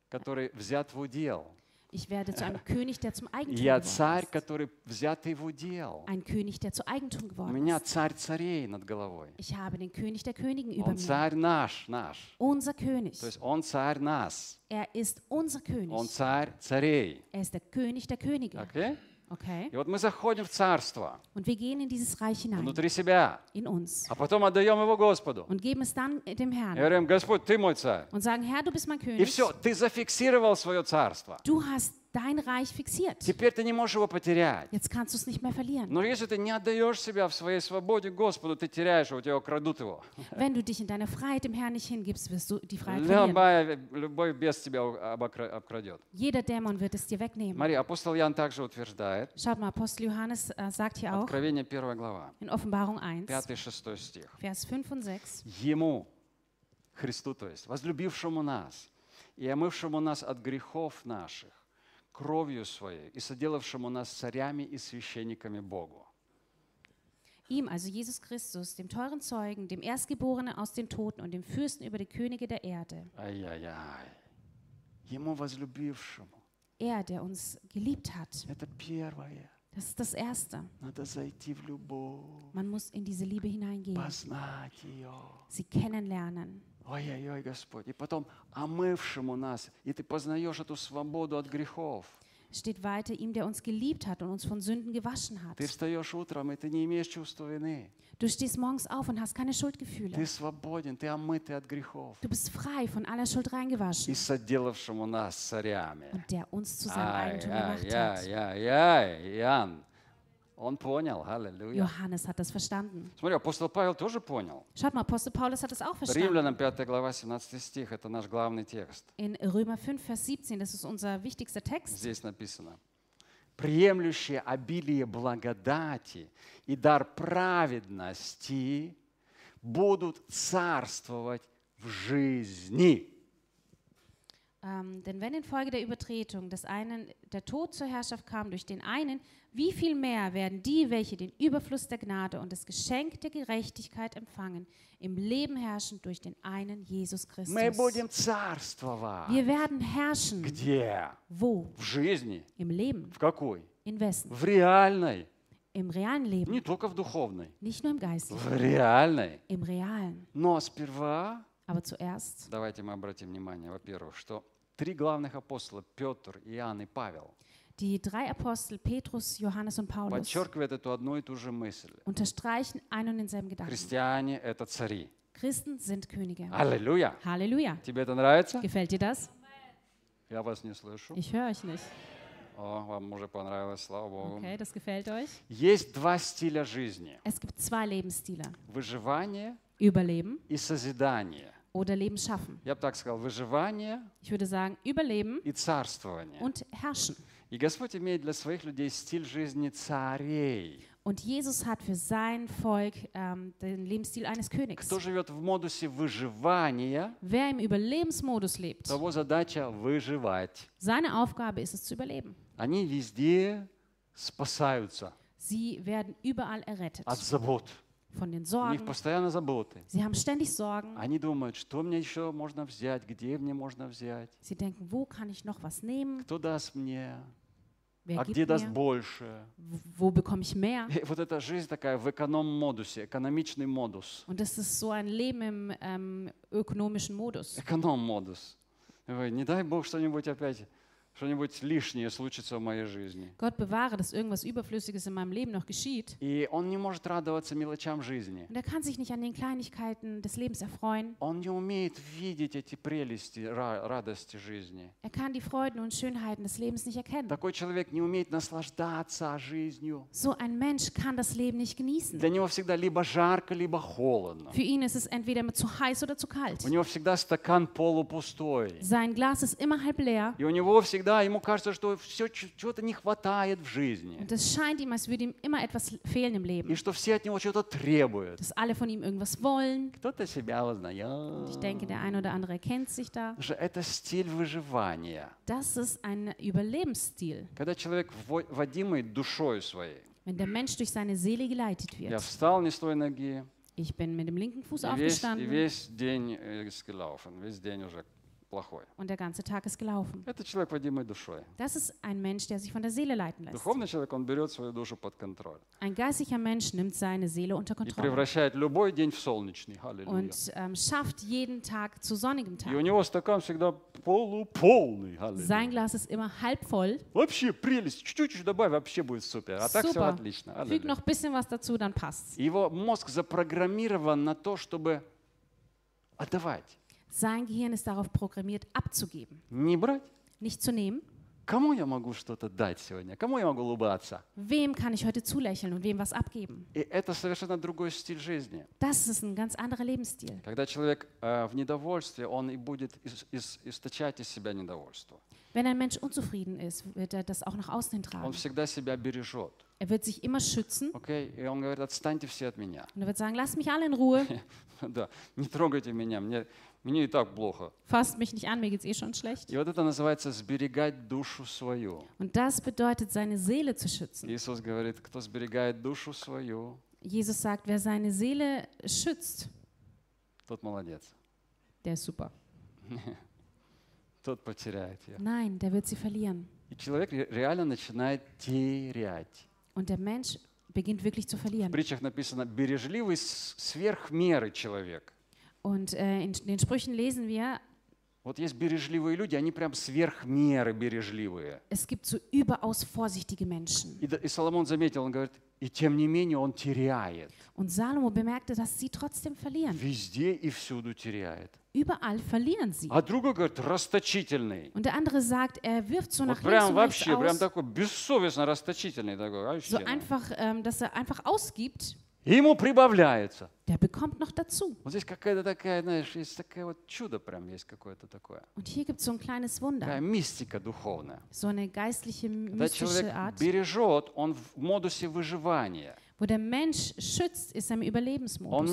который взят в удел. Ich werde zu einem König, der zum Eigentum Я geworden царь, ist. который взятый в удел. Ein König, der zu Eigentum У geworden меня ist. царь царей над головой. Ich habe den König der Königen über Он mir. царь наш, наш. Unser König. То есть он царь нас. Er ist unser Он König. царь царей. Er ist der König der Könige. Окей? Okay? И вот мы заходим в царство Und wir gehen in dieses Reich hinein, внутри себя, in uns, а потом отдаем его Господу. und geben es dann dem И Herrn говорим, Господь, ты мой царь. und sagen, Herr, du bist mein И König, все, ты зафиксировал свое царство. du hast dein Reich fixiert. Теперь ты не можешь его потерять. Jetzt kannst du es nicht mehr verlieren. Но если ты не отдаешь себя в своей свободе Господу, ты теряешь его, у тебя крадут его. Wenn du dich in deiner Freiheit dem Herrn nicht hingibst, wirst du die Freiheit verlieren. Любая, любой бес тебя обокра- обкрадет. Jeder Dämon wird es dir wegnehmen. Смотри, апостол Ян также утверждает, Schaut mal, Apostel Johannes äh, sagt hier auch Откровение 1 глава, in Offenbarung 1, 5-6 стих. Vers 5 und 6. Ему, Христу, то есть, возлюбившему нас и омывшему нас от грехов наших кровью своей и соделавшему нас царями и священниками Богу. Ihm, also Jesus Christus, dem teuren Zeugen, dem Erstgeborenen aus den Toten und dem Fürsten über die Könige der Erde. Ай-яй-яй. Ему возлюбившему. Er, der uns geliebt hat. Это первое. Das ist das Erste. Надо зайти в любовь, Man muss in diese Liebe hineingehen, познать ее. sie кennenlernen. Ой-ой-ой, Господь. И потом омывшему нас, и ты познаешь эту свободу от грехов. Steht weiter, ihm, der uns geliebt hat und uns von Sünden gewaschen hat. Ты встаешь утром, и ты не имеешь чувства вины. Du stehst morgens auf und hast keine Schuldgefühle. Ты свободен, ты омытый от грехов. Du bist frei von aller Schuld И reingewaschen. соделавшему нас царями. Und der uns zu seinem Ah, Eigentum gemacht hat. Ай-яй-яй, Иоанн. Он понял, аллилуйя. Johannes hat das verstanden. Смотри, апостол Павел тоже понял. Schaut mal, Apostel Paulus hat das auch verstanden. Римлянам 5 глава 17 стих, это наш главный текст. In Römer 5, Vers 17, das ist unser wichtigster Text. Здесь написано. Приемлющие обилие благодати и дар праведности будут царствовать в жизни. Ähm, denn wenn infolge der Übertretung des einen der Tod zur Herrschaft kam durch den einen, wie viel mehr werden die, welche den Überfluss der Gnade und das Geschenk der Gerechtigkeit empfangen, im Leben herrschen durch den einen Jesus Christus? Мы будем Wir царствовать. werden herrschen. Где? Wo? В жизни. Im Leben. В какой? In wessen? В реальной. Im realen Leben. Не только в духовной. Nicht nur im Geistlichen. В реальной. Im realen. Но сперва Aber zuerst давайте мы обратим внимание, во-первых, что три главных апостола, Петр, Иоанн и Павел, die drei Apostel Petrus, Johannes und Paulus подчеркивают эту одну и ту же мысль. unterstreichen einen und denselben Gedanken. Христиане – это цари. Christen sind Könige. Аллилуйя! Halleluja. Тебе это нравится? Gefällt dir das? Я вас не слышу. Ich höre euch nicht. О, вам уже понравилось, слава Богу. Okay, das gefällt euch. Есть два стиля жизни. Es gibt zwei Lebensstile: Выживание Überleben и созидание. oder Leben schaffen. Я бы так сказал, выживание Ich würde sagen, Überleben и царствование. und Herrschen. И Господь имеет для своих людей стиль жизни царей. Und Jesus hat für sein Volk ähm, den Lebensstil eines Königs. Кто живет в модусе выживания, Wer im Überlebensmodus lebt, того задача выживать. seine Aufgabe ist es zu überleben. Они везде спасаются Sie werden überall errettet от забот. von den У них Sorgen. постоянно заботы. Sie haben ständig Sorgen. Они думают, что мне еще можно взять, где мне можно взять, Sie denken, wo kann ich noch was nehmen? кто даст мне, Wer а где gibt даст mir? больше. Wo bekomme ich mehr? И вот эта жизнь такая в эконом-модусе, экономичный модус. Und das ist so ein Leben im ähm, ökonomischen Modus. Эконом-модус. Ой, Не дай бог что-нибудь опять, что-нибудь лишнее случится в моей жизни. Gott bewahre, dass irgendwas Überflüssiges in meinem Leben noch geschieht. И он не может радоваться мелочам жизни. Und er kann sich nicht an den Kleinigkeiten des Lebens erfreuen. Он не умеет видеть эти прелести, ра- радости жизни. Er kann die Freuden und Schönheiten des Lebens nicht erkennen. Такой человек не умеет наслаждаться жизнью. So ein Mensch kann das Leben nicht genießen. Для него всегда либо жарко, либо холодно. Für ihn ist es entweder immer zu heiß oder zu У kalt. него всегда стакан полупустой. Sein Glas ist immer halb leer И у него всегда, ему кажется, что все чего-то не хватает в жизни. und es scheint ihm, als würde ihm immer etwas fehlen im И Leben. что все от него чего-то требуют. Dass alle von ihm irgendwas wollen. Кто-то себя Und узнает. ich denke, der ein oder andere erkennt sich da. Потому что Это стиль выживания. Das ist ein Überlebensstil, Когда человек во- водимый душой своей. wenn der Mensch durch seine Seele geleitet Я wird. встал не с той ноги. Ich bin mit dem linken Fuß И весь, и aufgestanden. весь день э, gelaufen, весь день уже плохой. Und der ganze Tag ist gelaufen. Это человек, водимый душой. Das ist ein Mensch, der sich von der Seele leiten lässt. Духовный человек, он берет свою душу под контроль Ein geistlicher Mensch nimmt seine Seele unter и Kontrolle превращает любой день в солнечный. Аллилуйя. und ähm, schafft jeden Tag zu sonnigem И у Tag. него стакан всегда полуполный. Sein Аллилуйя. Glas ist immer halb voll. Вообще прелесть. Чуть-чуть добавь, вообще будет супер. А так все Супер. отлично. Füg Аллилуйя. noch ein bisschen was dazu, dann passt's. Его мозг запрограммирован на то, чтобы отдавать, Sein Gehirn ist darauf programmiert, abzugeben, не брать. nicht zu nehmen. Кому я могу что-то дать сегодня? Кому я могу улыбаться? Wem kann ich heute zulächeln und wem was abgeben? И это совершенно другой стиль жизни. Das ist ein ganz anderer Lebensstil. Когда человек э, в недовольстве, он и будет ис- ис- источать из себя недовольство. Wenn ein Mensch unzufrieden ist, wird er das auch nach außen hin Он tragen. всегда себя бережет. Er wird sich immer schützen Окей? И он говорит, отстаньте все от меня. und er wird sagen, lasst mich alle in Ruhe, Да, не трогайте меня, мне, мне и так плохо. fasst mich nicht an, mir geht's eh schon schlecht. И вот это называется сберегать душу свою. Und das bedeutet, seine Seele zu schützen. Иисус говорит, кто сберегает душу свою, Jesus sagt, wer seine Seele schützt, тот молодец, der ist super. тот потеряет ее. Nein, der wird sie verlieren. И человек ре- реально начинает терять. Und der Mensch beginnt wirklich zu В verlieren. притчах написано, бережливый с- сверх меры человек. Und äh, in den Sprüchen lesen wir, Вот есть бережливые люди, они прям сверх меры бережливые. es gibt so überaus vorsichtige Menschen. И, да- и Соломон заметил, он говорит, и тем не менее он теряет. Und Salomo bemerkte, dass sie trotzdem verlieren. Везде и всюду теряет. Überall verlieren sie. А другой говорит, расточительный. Und der andere sagt, er wirft so А Вот nach links прям und rechts вообще, прям aus, такой бессовестно расточительный такой. so вообще, ну. einfach, ähm, dass er einfach ausgibt, И ему прибавляется. der bekommt noch dazu. Вот здесь какая-то такая, знаешь, есть такое вот чудо прям есть какое-то такое. Und hier gibt es so ein kleines Такая Wunder, мистика духовная. so eine geistliche, Когда mystische человек Art. бережет, он в модусе выживания. Wo der Mensch schützt, ist er im Он не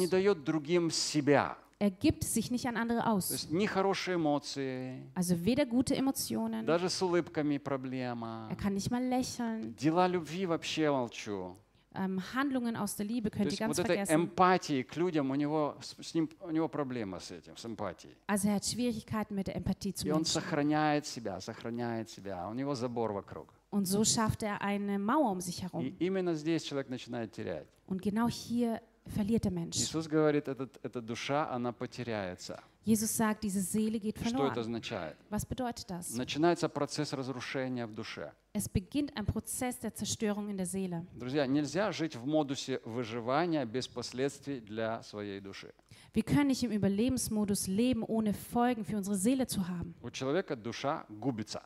Überlebensmodus. дает другим себя. Er gibt sich nicht an andere То aus. есть ни хорошие эмоции, Also weder gute Emotionen, даже с улыбками проблема. er kann nicht mal lächeln, Дела любви вообще молчу. ähm, Handlungen aus der Liebe То könnt ihr есть ganz вот этой vergessen. эмпатии к людям у него, с с ним, у него проблема с этим, с эмпатией. Also er hat Schwierigkeiten mit der Empathie zu И он Menschen. сохраняет себя, сохраняет себя. а У него забор вокруг. Und so schafft er eine Mauer um sich И herum. именно здесь человек начинает терять. Und genau hier verliert der Mensch. Иисус говорит, этот, эта душа, она потеряется. Jesus sagt, diese Seele geht Что это verloren. означает? Was bedeutet Ne- das? Начинается процесс разрушения в душе. Es beginnt ein Prozess der Zerstörung in der Seele. Друзья, нельзя жить в модусе выживания без последствий для своей души. Wir können nicht im Überlebensmodus leben, ohne Folgen für unsere Seele zu haben. У человека душа губится.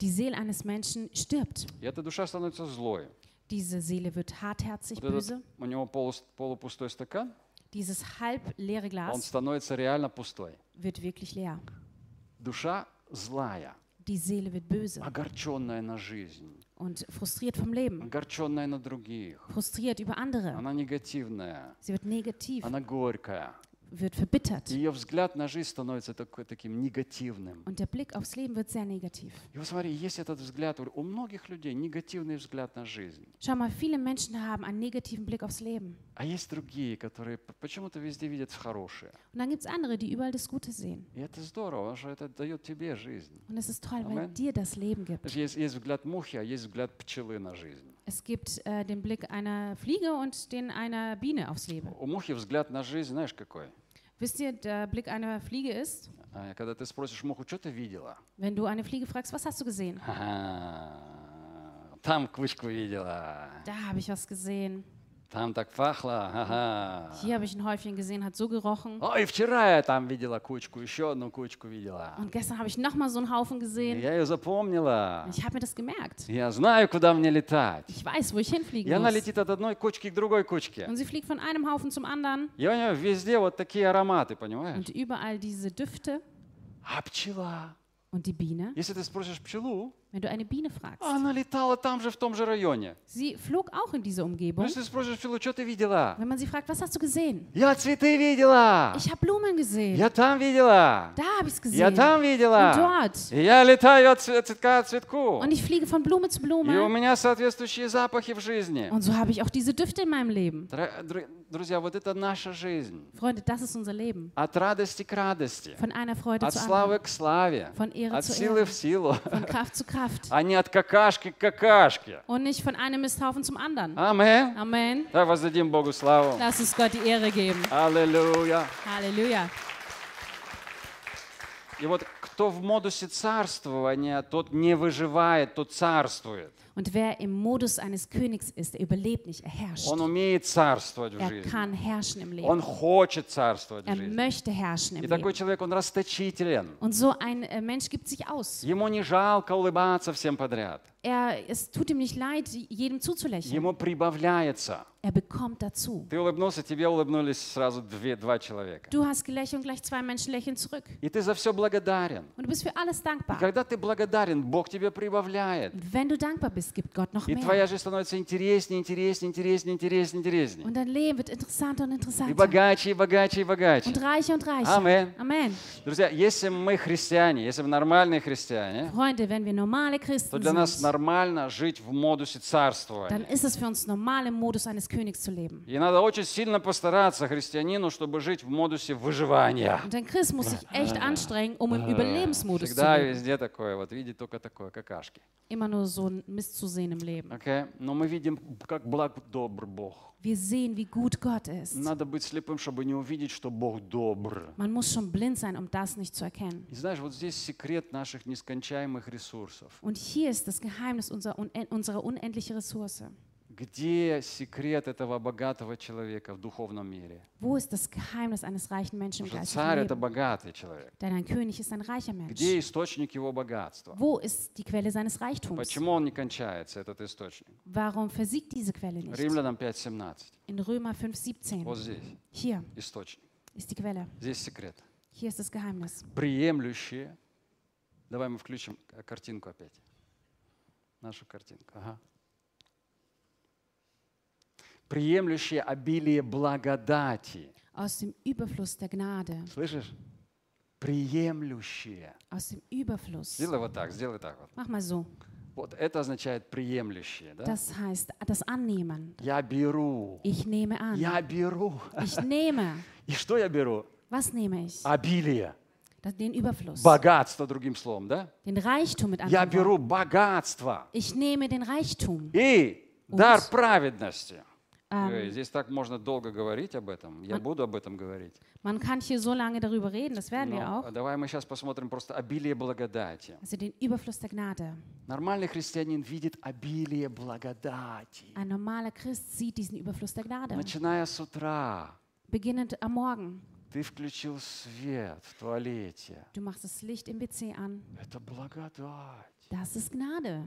Die Seele eines Menschen stirbt. И эта душа становится злой. Diese Seele wird hartherzig, Вот этот- böse. у него полус- полупустой стакан, Dieses halbleere он Glas становится реально пустой. wird wirklich leer. Душа злая, Die Seele wird böse огорченная на жизнь, und frustriert vom Leben, огорченная на других. frustriert über andere. Она негативная, Sie wird negativ, она горькая. wird verbittert. И ее взгляд на жизнь становится такой, таким негативным. Und der Blick aufs Leben wird sehr negativ. И вот смотри, есть этот взгляд, у у многих людей негативный взгляд на жизнь. Schau mal, viele Menschen haben einen negativen Blick aufs Leben. А есть другие, которые п- почему-то везде видят хорошее. Und dann gibt es andere, die überall das Gute sehen. И это здорово, потому что это дает тебе жизнь. Und es ist toll, weil Amen. dir das Leben Знаешь, gibt. Есть, есть взгляд мухи, а есть взгляд пчелы на жизнь. Es gibt äh, den Blick einer Fliege und den einer Biene aufs Leben. У мухи взгляд на жизнь, знаешь какой? Wisst ihr, der Blick einer Fliege ist, А, Когда ты спросишь муху, что ты видела? wenn du eine Fliege fragst, was hast du gesehen? Ага, Там кучку видела, Da habe ich was gesehen. там так пахло. Ага. Hier habe ich ein Häufchen gesehen, hat so gerochen. Ой, вчера я там видела кучку, еще одну кучку видела. Und gestern habe ich nochmal so einen Haufen И gesehen. Я ее запомнила. Ich habe mir das gemerkt. Я знаю, куда мне летать. Ich weiß, wo ich И hinfliegen она muss. летит от одной кучки к другой кучке. Und sie fliegt von einem Haufen zum anderen. И у нее везде вот такие ароматы, понимаешь? Und überall diese Düfte. А пчела? Und die Biene. Если ты спросишь пчелу, Wenn du eine Biene fragst, А Она летала там же, в том же районе. sie flog auch in diese Ну, Umgebung. Если ты спросишь, Филу, что ты видела? Wenn man sie fragt, was hast du gesehen? Я цветы видела! Ich habe Blumen gesehen. Я там видела! Da habe ich es Я gesehen. там видела! Und dort. И я летаю от цве- от цветка к цветку. Und ich fliege von Blume zu И у Blume. меня соответствующие запахи в жизни. Und so habe ich auch diese Düfte in meinem Leben. Дра- дру- Друзья, вот это наша жизнь. Freunde, das ist unser Leben. От радости к радости. Von einer Freude От zur славы anderen. к славе. Von Ehre От zu силы Ehre. в силу. Von Kraft zu Kraft. А не от какашки к какашке. Und nicht von einem Misthaufen zum anderen. Ah. Амин. Amen. Давай воздадим Богу славу. Lass uns Gott die Ehre geben. Аллилуйя. Halleluja. И вот кто в модусе царствования, тот не выживает, тот царствует. Und wer im Modus eines Königs ist, der überlebt nicht, er herrscht. Он умеет царствовать в Er жизни. kann herrschen im Leben. Он хочет царствовать в Er жизни. möchte herrschen im И такой Leben. человек, он расточителен. Und so ein äh, Mensch gibt sich aus. Ему не жалко улыбаться всем подряд. Er, es tut ihm nicht leid, jedem zuzulächeln. Ему прибавляется. Er bekommt dazu. Ты улыбнулся, тебе улыбнулись сразу две, два человека. Du hast gelächelt und gleich zwei Menschen lächeln zurück. И ты за все благодарен. Und du bist für alles И dankbar. когда ты благодарен, Бог тебе прибавляет. Und wenn du dankbar bist, gibt Gott noch И mehr. твоя жизнь становится интереснее, интереснее, интереснее, интереснее, интереснее. Und dein Leben wird interessanter und И interessanter. богаче, и богаче, и богаче. Und reicher und reicher. Amen. Amen. Друзья, если мы христиане, если мы нормальные христиане, Freunde, wenn wir normale то Christen для нас sind, нормально жить в модусе dann царствования. ist es für uns normal, im Modus eines Königs zu leben. И надо очень сильно постараться христианину, чтобы жить в модусе выживания. Und ein Christ muss sich echt anstrengen, um im Überlebensmodus zu Всегда и leben. везде такое, вот видеть только такое, какашки. Immer nur so ein Mist zu sehen im Leben. Окей? Но мы видим, как благ добр Бог. Wir sehen, wie gut Gott ist. Надо быть слепым, чтобы не увидеть, что Бог добр. Man muss schon blind sein, um das nicht zu erkennen. И знаешь, вот здесь секрет наших нескончаемых ресурсов. Und hier ist das Geheimnis unserer, unen- unserer unendlichen Ressource. Где секрет этого богатого человека в духовном мире? Wo ist das Geheimnis eines reichen Menschen Потому что im geistigen царь — это Leben? богатый человек. Denn ein König ist ein reicher Mensch. Где источник его богатства? Wo ist die Quelle seines Reichtums? Почему он не кончается, этот источник? Warum versiegt diese Quelle nicht? Римлянам 5.17. In Römer Вот 5,17. здесь Hier источник. ist die Quelle. Здесь секрет. Hier ist das Geheimnis. Приемлющие. Давай мы включим э, картинку опять. Нашу картинку. Ага. Приемлющие обилие благодати. Aus dem Überfluss der Gnade. Слышишь? Приемлющие. Aus dem Überfluss. Сделай вот так, сделай так вот. Mach mal so. Вот это означает приемлющие, да? Das heißt, das Annehmen. Я беру, Ich nehme an. я беру. Ich nehme. И что я беру? Was nehme ich? Обилие, Das- Den Überfluss. богатство, другим словом, да? Den Reichtum mit Я anderen Worten. беру богатство Ich nehme den Reichtum. и дар праведности. Ой, Ähm, Здесь так можно долго говорить об этом. Я буду об этом говорить. man kann hier so lange darüber reden, das werden wir Но а, auch. давай мы сейчас посмотрим просто обилие благодати. Also den Überfluss der Gnade. Нормальный христианин видит обилие благодати. Ein normaler Christ sieht diesen Überfluss der Gnade. Начиная с утра, Beginnend am Morgen. Ты включил свет в туалете. Du machst das Licht im WC an. Это благодать. Das ist Gnade.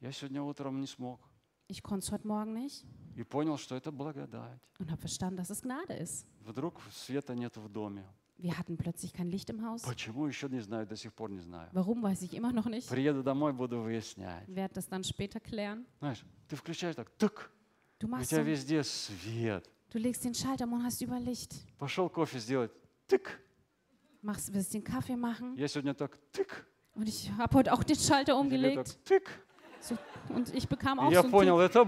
Я сегодня утром не смог. Ich konnte es heute Morgen nicht И понял, что это благодать. und habe verstanden, dass es Gnade ist. Вдруг света нет в доме. Wir hatten plötzlich kein Licht im Haus. Почему еще не знаю, до сих пор не знаю. Warum, weiß ich immer noch nicht. Приеду домой, буду выяснять. Werde das dann später klären. Знаешь, ты включаешь так, тык, Du и у machst тебя so, везде свет. du legst den Schalter um und hast über Licht. Пошел кофе сделать, тык. Machst, willst den Kaffee machen Я сегодня так, тык. und ich habe heute auch den Schalter и тебе так, umgelegt тык. so, und ich bekam И auch я so einen понял, Tipp. это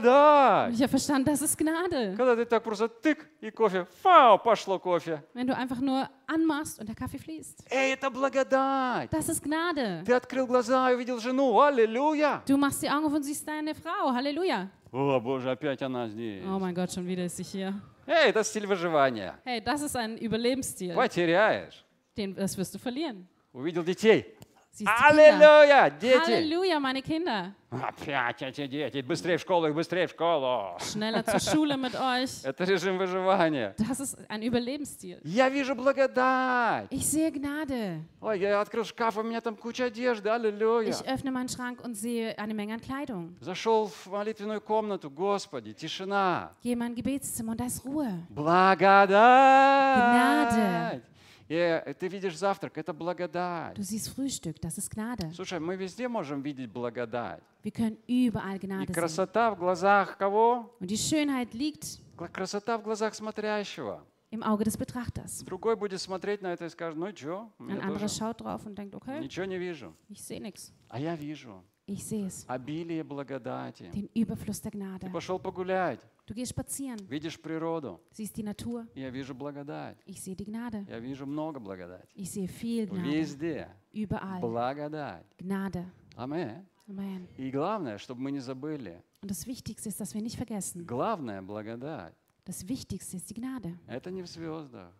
Und благодать. Ich habe verstanden, das ist Gnade. Когда ты так просто тык, и кофе, фау, пошло кофе. Wenn du einfach nur anmachst und der Kaffee fließt. Эй, это благодать. Das ist Gnade. Ты открыл глаза и увидел жену. Аллилуйя! Du machst die Augen auf und siehst deine Frau. Halleluja. О, Боже, опять она здесь. Oh mein Gott, schon wieder ist sie hier. Эй, это стиль выживания. Hey, das ist ein Überlebensstil. Потеряешь. Den, das wirst du verlieren. Увидел детей. Siehst du Kinder. Аллилуйя! Дети! Halleluja, meine Kinder. Опять эти дети. Быстрее в школу, их быстрее в школу. Schneller zur Schule mit euch. Это режим выживания. Das ist ein Überlebensstil. Я вижу благодать. Ich sehe Gnade. Ой, я открыл шкаф, у меня там куча одежды. Аллилуйя. Ich öffne meinen Schrank und sehe eine Menge an Kleidung. Зашел в молитвенную комнatу. Господи, тишина. Gehe in mein Gebetszimmer und da ist Ruhe. Благодать. И э, ты видишь завтрак, это благодать. Du siehst Frühstück, das ist Gnade. Слушай, мы везде можем видеть благодать. Wir können überall И Gnade sehen. красота в глазах кого? Und die Schönheit liegt Кла- Красота в глазах смотрящего. im Auge des Betrachters. Другой будет смотреть на это и скажет, ну что, Ein anderer schaut drauf und denkt, okay, ничего не вижу. ich sehe nichts. А я вижу Ich sehe es. обилие благодати. Den Überfluss der Ты Gnade. пошел погулять, Du gehst spazieren, видишь природу. siehst die Natur. Я вижу благодать. Ich sehe die Gnade. Я вижу много благодати. Ich sehe viel Gnade. Везде Überall благодать. Gnade. Аминь. Amen. И главное, чтобы мы не забыли, Und das Wichtigste ist, dass wir nicht vergessen, главная благодать das Wichtigste ist die Gnade. – это не в звездах,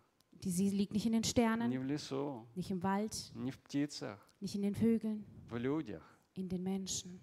Die sie liegt nicht in den не Sternen, в лесу, nicht im Wald, не в птицах, nicht in den Vögeln, в людях. in den Menschen.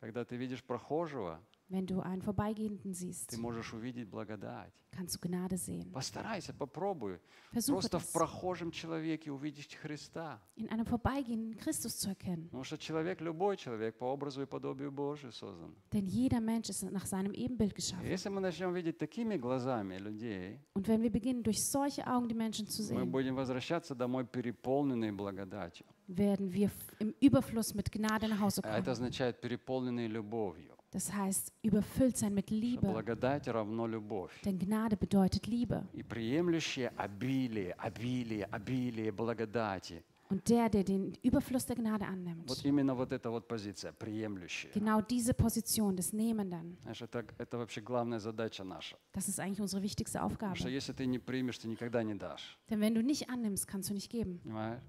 Когда ты видишь прохожего, Wenn du einen Vorbeigehenden ты siehst, можешь увидеть благодать. kannst du Gnade sehen. Постарайся, попробуй Versuche просто в das, прохожем человеке увидеть Христа. in einem Vorbeigehenden Christus zu erkennen. Потому что человек, любой человек по образу и подобию Божию создан. Denn jeder Mensch ist nach seinem Ebenbild И geschaffen. Если мы начнем видеть такими глазами людей, Und wenn wir beginnen, durch solche Augen die Menschen zu мы sehen, будем возвращаться домой переполненные благодатью. werden wir f- im Überfluss mit Gnade nach Hause А это kommen. означает переполненные любовью. Das heißt, überfüllt sein mit Что Liebe. благодать равно любовь. Denn Gnade bedeutet Liebe. И приемлющие обилие, обилие, обилие благодати. Und der, der den Überfluss der Gnade Вот annimmt, именно вот эта вот позиция, приемлющие. genau diese Position des Nehmenden, Знаешь, это, это вообще главная задача наша. das ist eigentlich unsere wichtigste Потому что Aufgabe. если ты не примешь, ты никогда не дашь. Denn wenn du nicht annimmst, kannst du nicht geben. Понимаешь?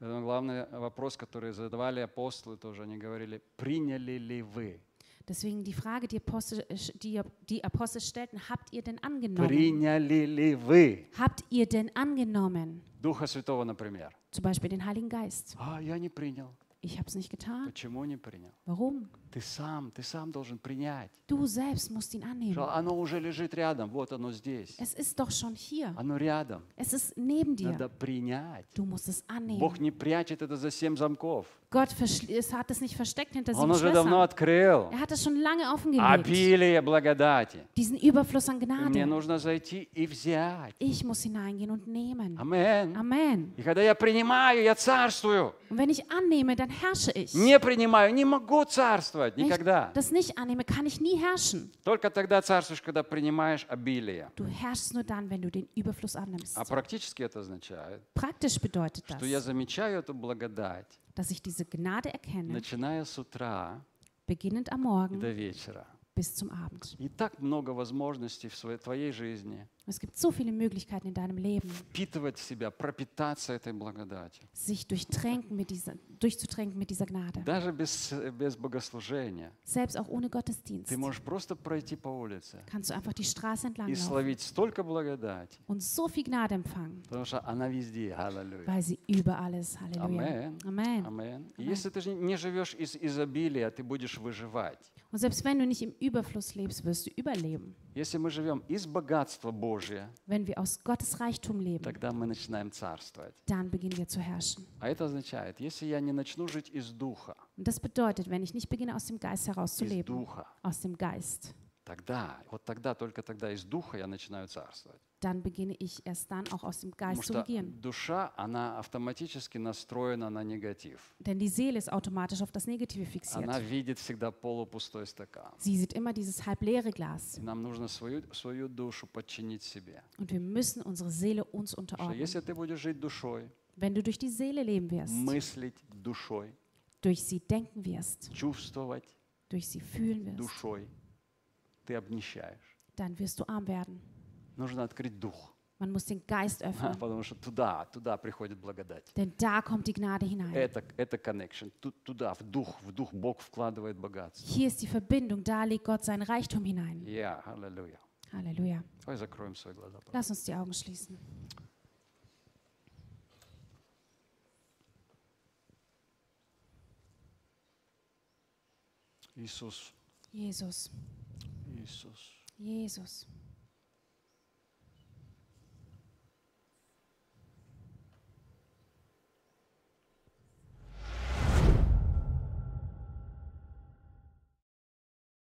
Поэтому главный вопрос, который задавали апостолы тоже, они говорили, приняли ли вы? Deswegen die Frage, die Apostel, äh, die, die Apostel stellten, habt ihr denn angenommen? Приняли ли вы Habt ihr denn angenommen? Духа Святого, например? Zum Beispiel den Heiligen Geist. А, я не принял. Ich habe es nicht getan. Почему не принял? Warum? Ты сам, ты сам должен принять. Du selbst musst ihn Что annehmen. Оно уже лежит рядом, вот оно здесь. Es ist doch schon hier. Оно рядом. Es ist neben Надо dir. принять. Du musst es Бог annehmen. не прячет это за семь замков. Gott verschl- es hat es nicht versteckt hinter Он sieben уже давно Schlössern. открыл. Er hat es schon lange offen gelegt. Обилие благодати. Diesen Überfluss an И Мне Gnade. нужно зайти и взять. Ich muss hineingehen und nehmen. Аминь. Amen. И когда я принимаю, я царствую. Und wenn ich annehme, dann herrsche ich. Не принимаю, не могу царствовать Wenn ich никогда. das nicht annehme, kann ich nie herrschen. Только тогда царствуешь, когда принимаешь обилие. Du herrschst nur dann, wenn du den Überfluss annimmst. А практически это означает, Praktisch bedeutet что я das, замечаю эту благодать, dass ich diese Gnade erkenne, начиная с утра beginnend am и до Morgen вечера. bis zum Abend. И так много возможностей в своей, твоей жизни Es gibt so viele Möglichkeiten in deinem Leben, впитывать в себя, пропитаться этой благодатью. sich durchtränken mit dieser, durchzutränken mit dieser Gnade. Даже без, э, без богослужения. Selbst auch ohne Gottesdienst Ты можешь просто пройти по улице kannst du einfach die Straße entlang и laufen словить столько благодати, und so viel Gnade empfangen, потому что она везде. Аллилуйя. weil sie überall ist. Halleluja. Amen. Amen. Амен. И если ты же не живешь из изобилия, ты будешь выживать. Und selbst wenn du nicht im Überfluss lebst, wirst du überleben. Если мы живем из богатства Божия, Wenn wir aus Gottes Reichtum leben, тогда мы начинаем царствовать. dann beginnen wir zu herrschen. А это означает, если я не начну жить из духа, Und das bedeutet, wenn ich nicht beginne, aus dem Geist heraus zu из leben, духа, aus dem Geist, тогда, вот тогда, только тогда из духа я начинаю царствовать. dann beginne ich erst dann auch aus dem Потому Geist zu что regieren. душа, она автоматически настроена на негатив. Denn die Seele ist automatisch auf das Negative Она fixiert. видит всегда полупустой стакан. Sie sieht immer dieses halbleere Glas. И Нам нужно свою, свою душу подчинить себе. Und wir müssen unsere Seele uns Потому что unterordnen. если ты будешь жить душой, Wenn du durch die Seele leben wirst, мыслить душой, durch sie denken wirst, чувствовать durch sie fühlen wirst, душой, ты обнищаешь. dann wirst du arm werden. Нужно открыть дух, Man muss den Geist öffnen, потому что туда, туда приходит благодать. denn da kommt die Gnade hinein. Это, это connection. Тут, туда, в дух, в дух Бог вкладывает богатство. Hier ist die Verbindung, da legt Gott seinen Reichtum hinein. Я, аллилуйя. Halleluja. Давай закроем свои глаза. пожалуйста. Lass uns die Augen schließen. Иисус, Jesus, Иисус, Jesus,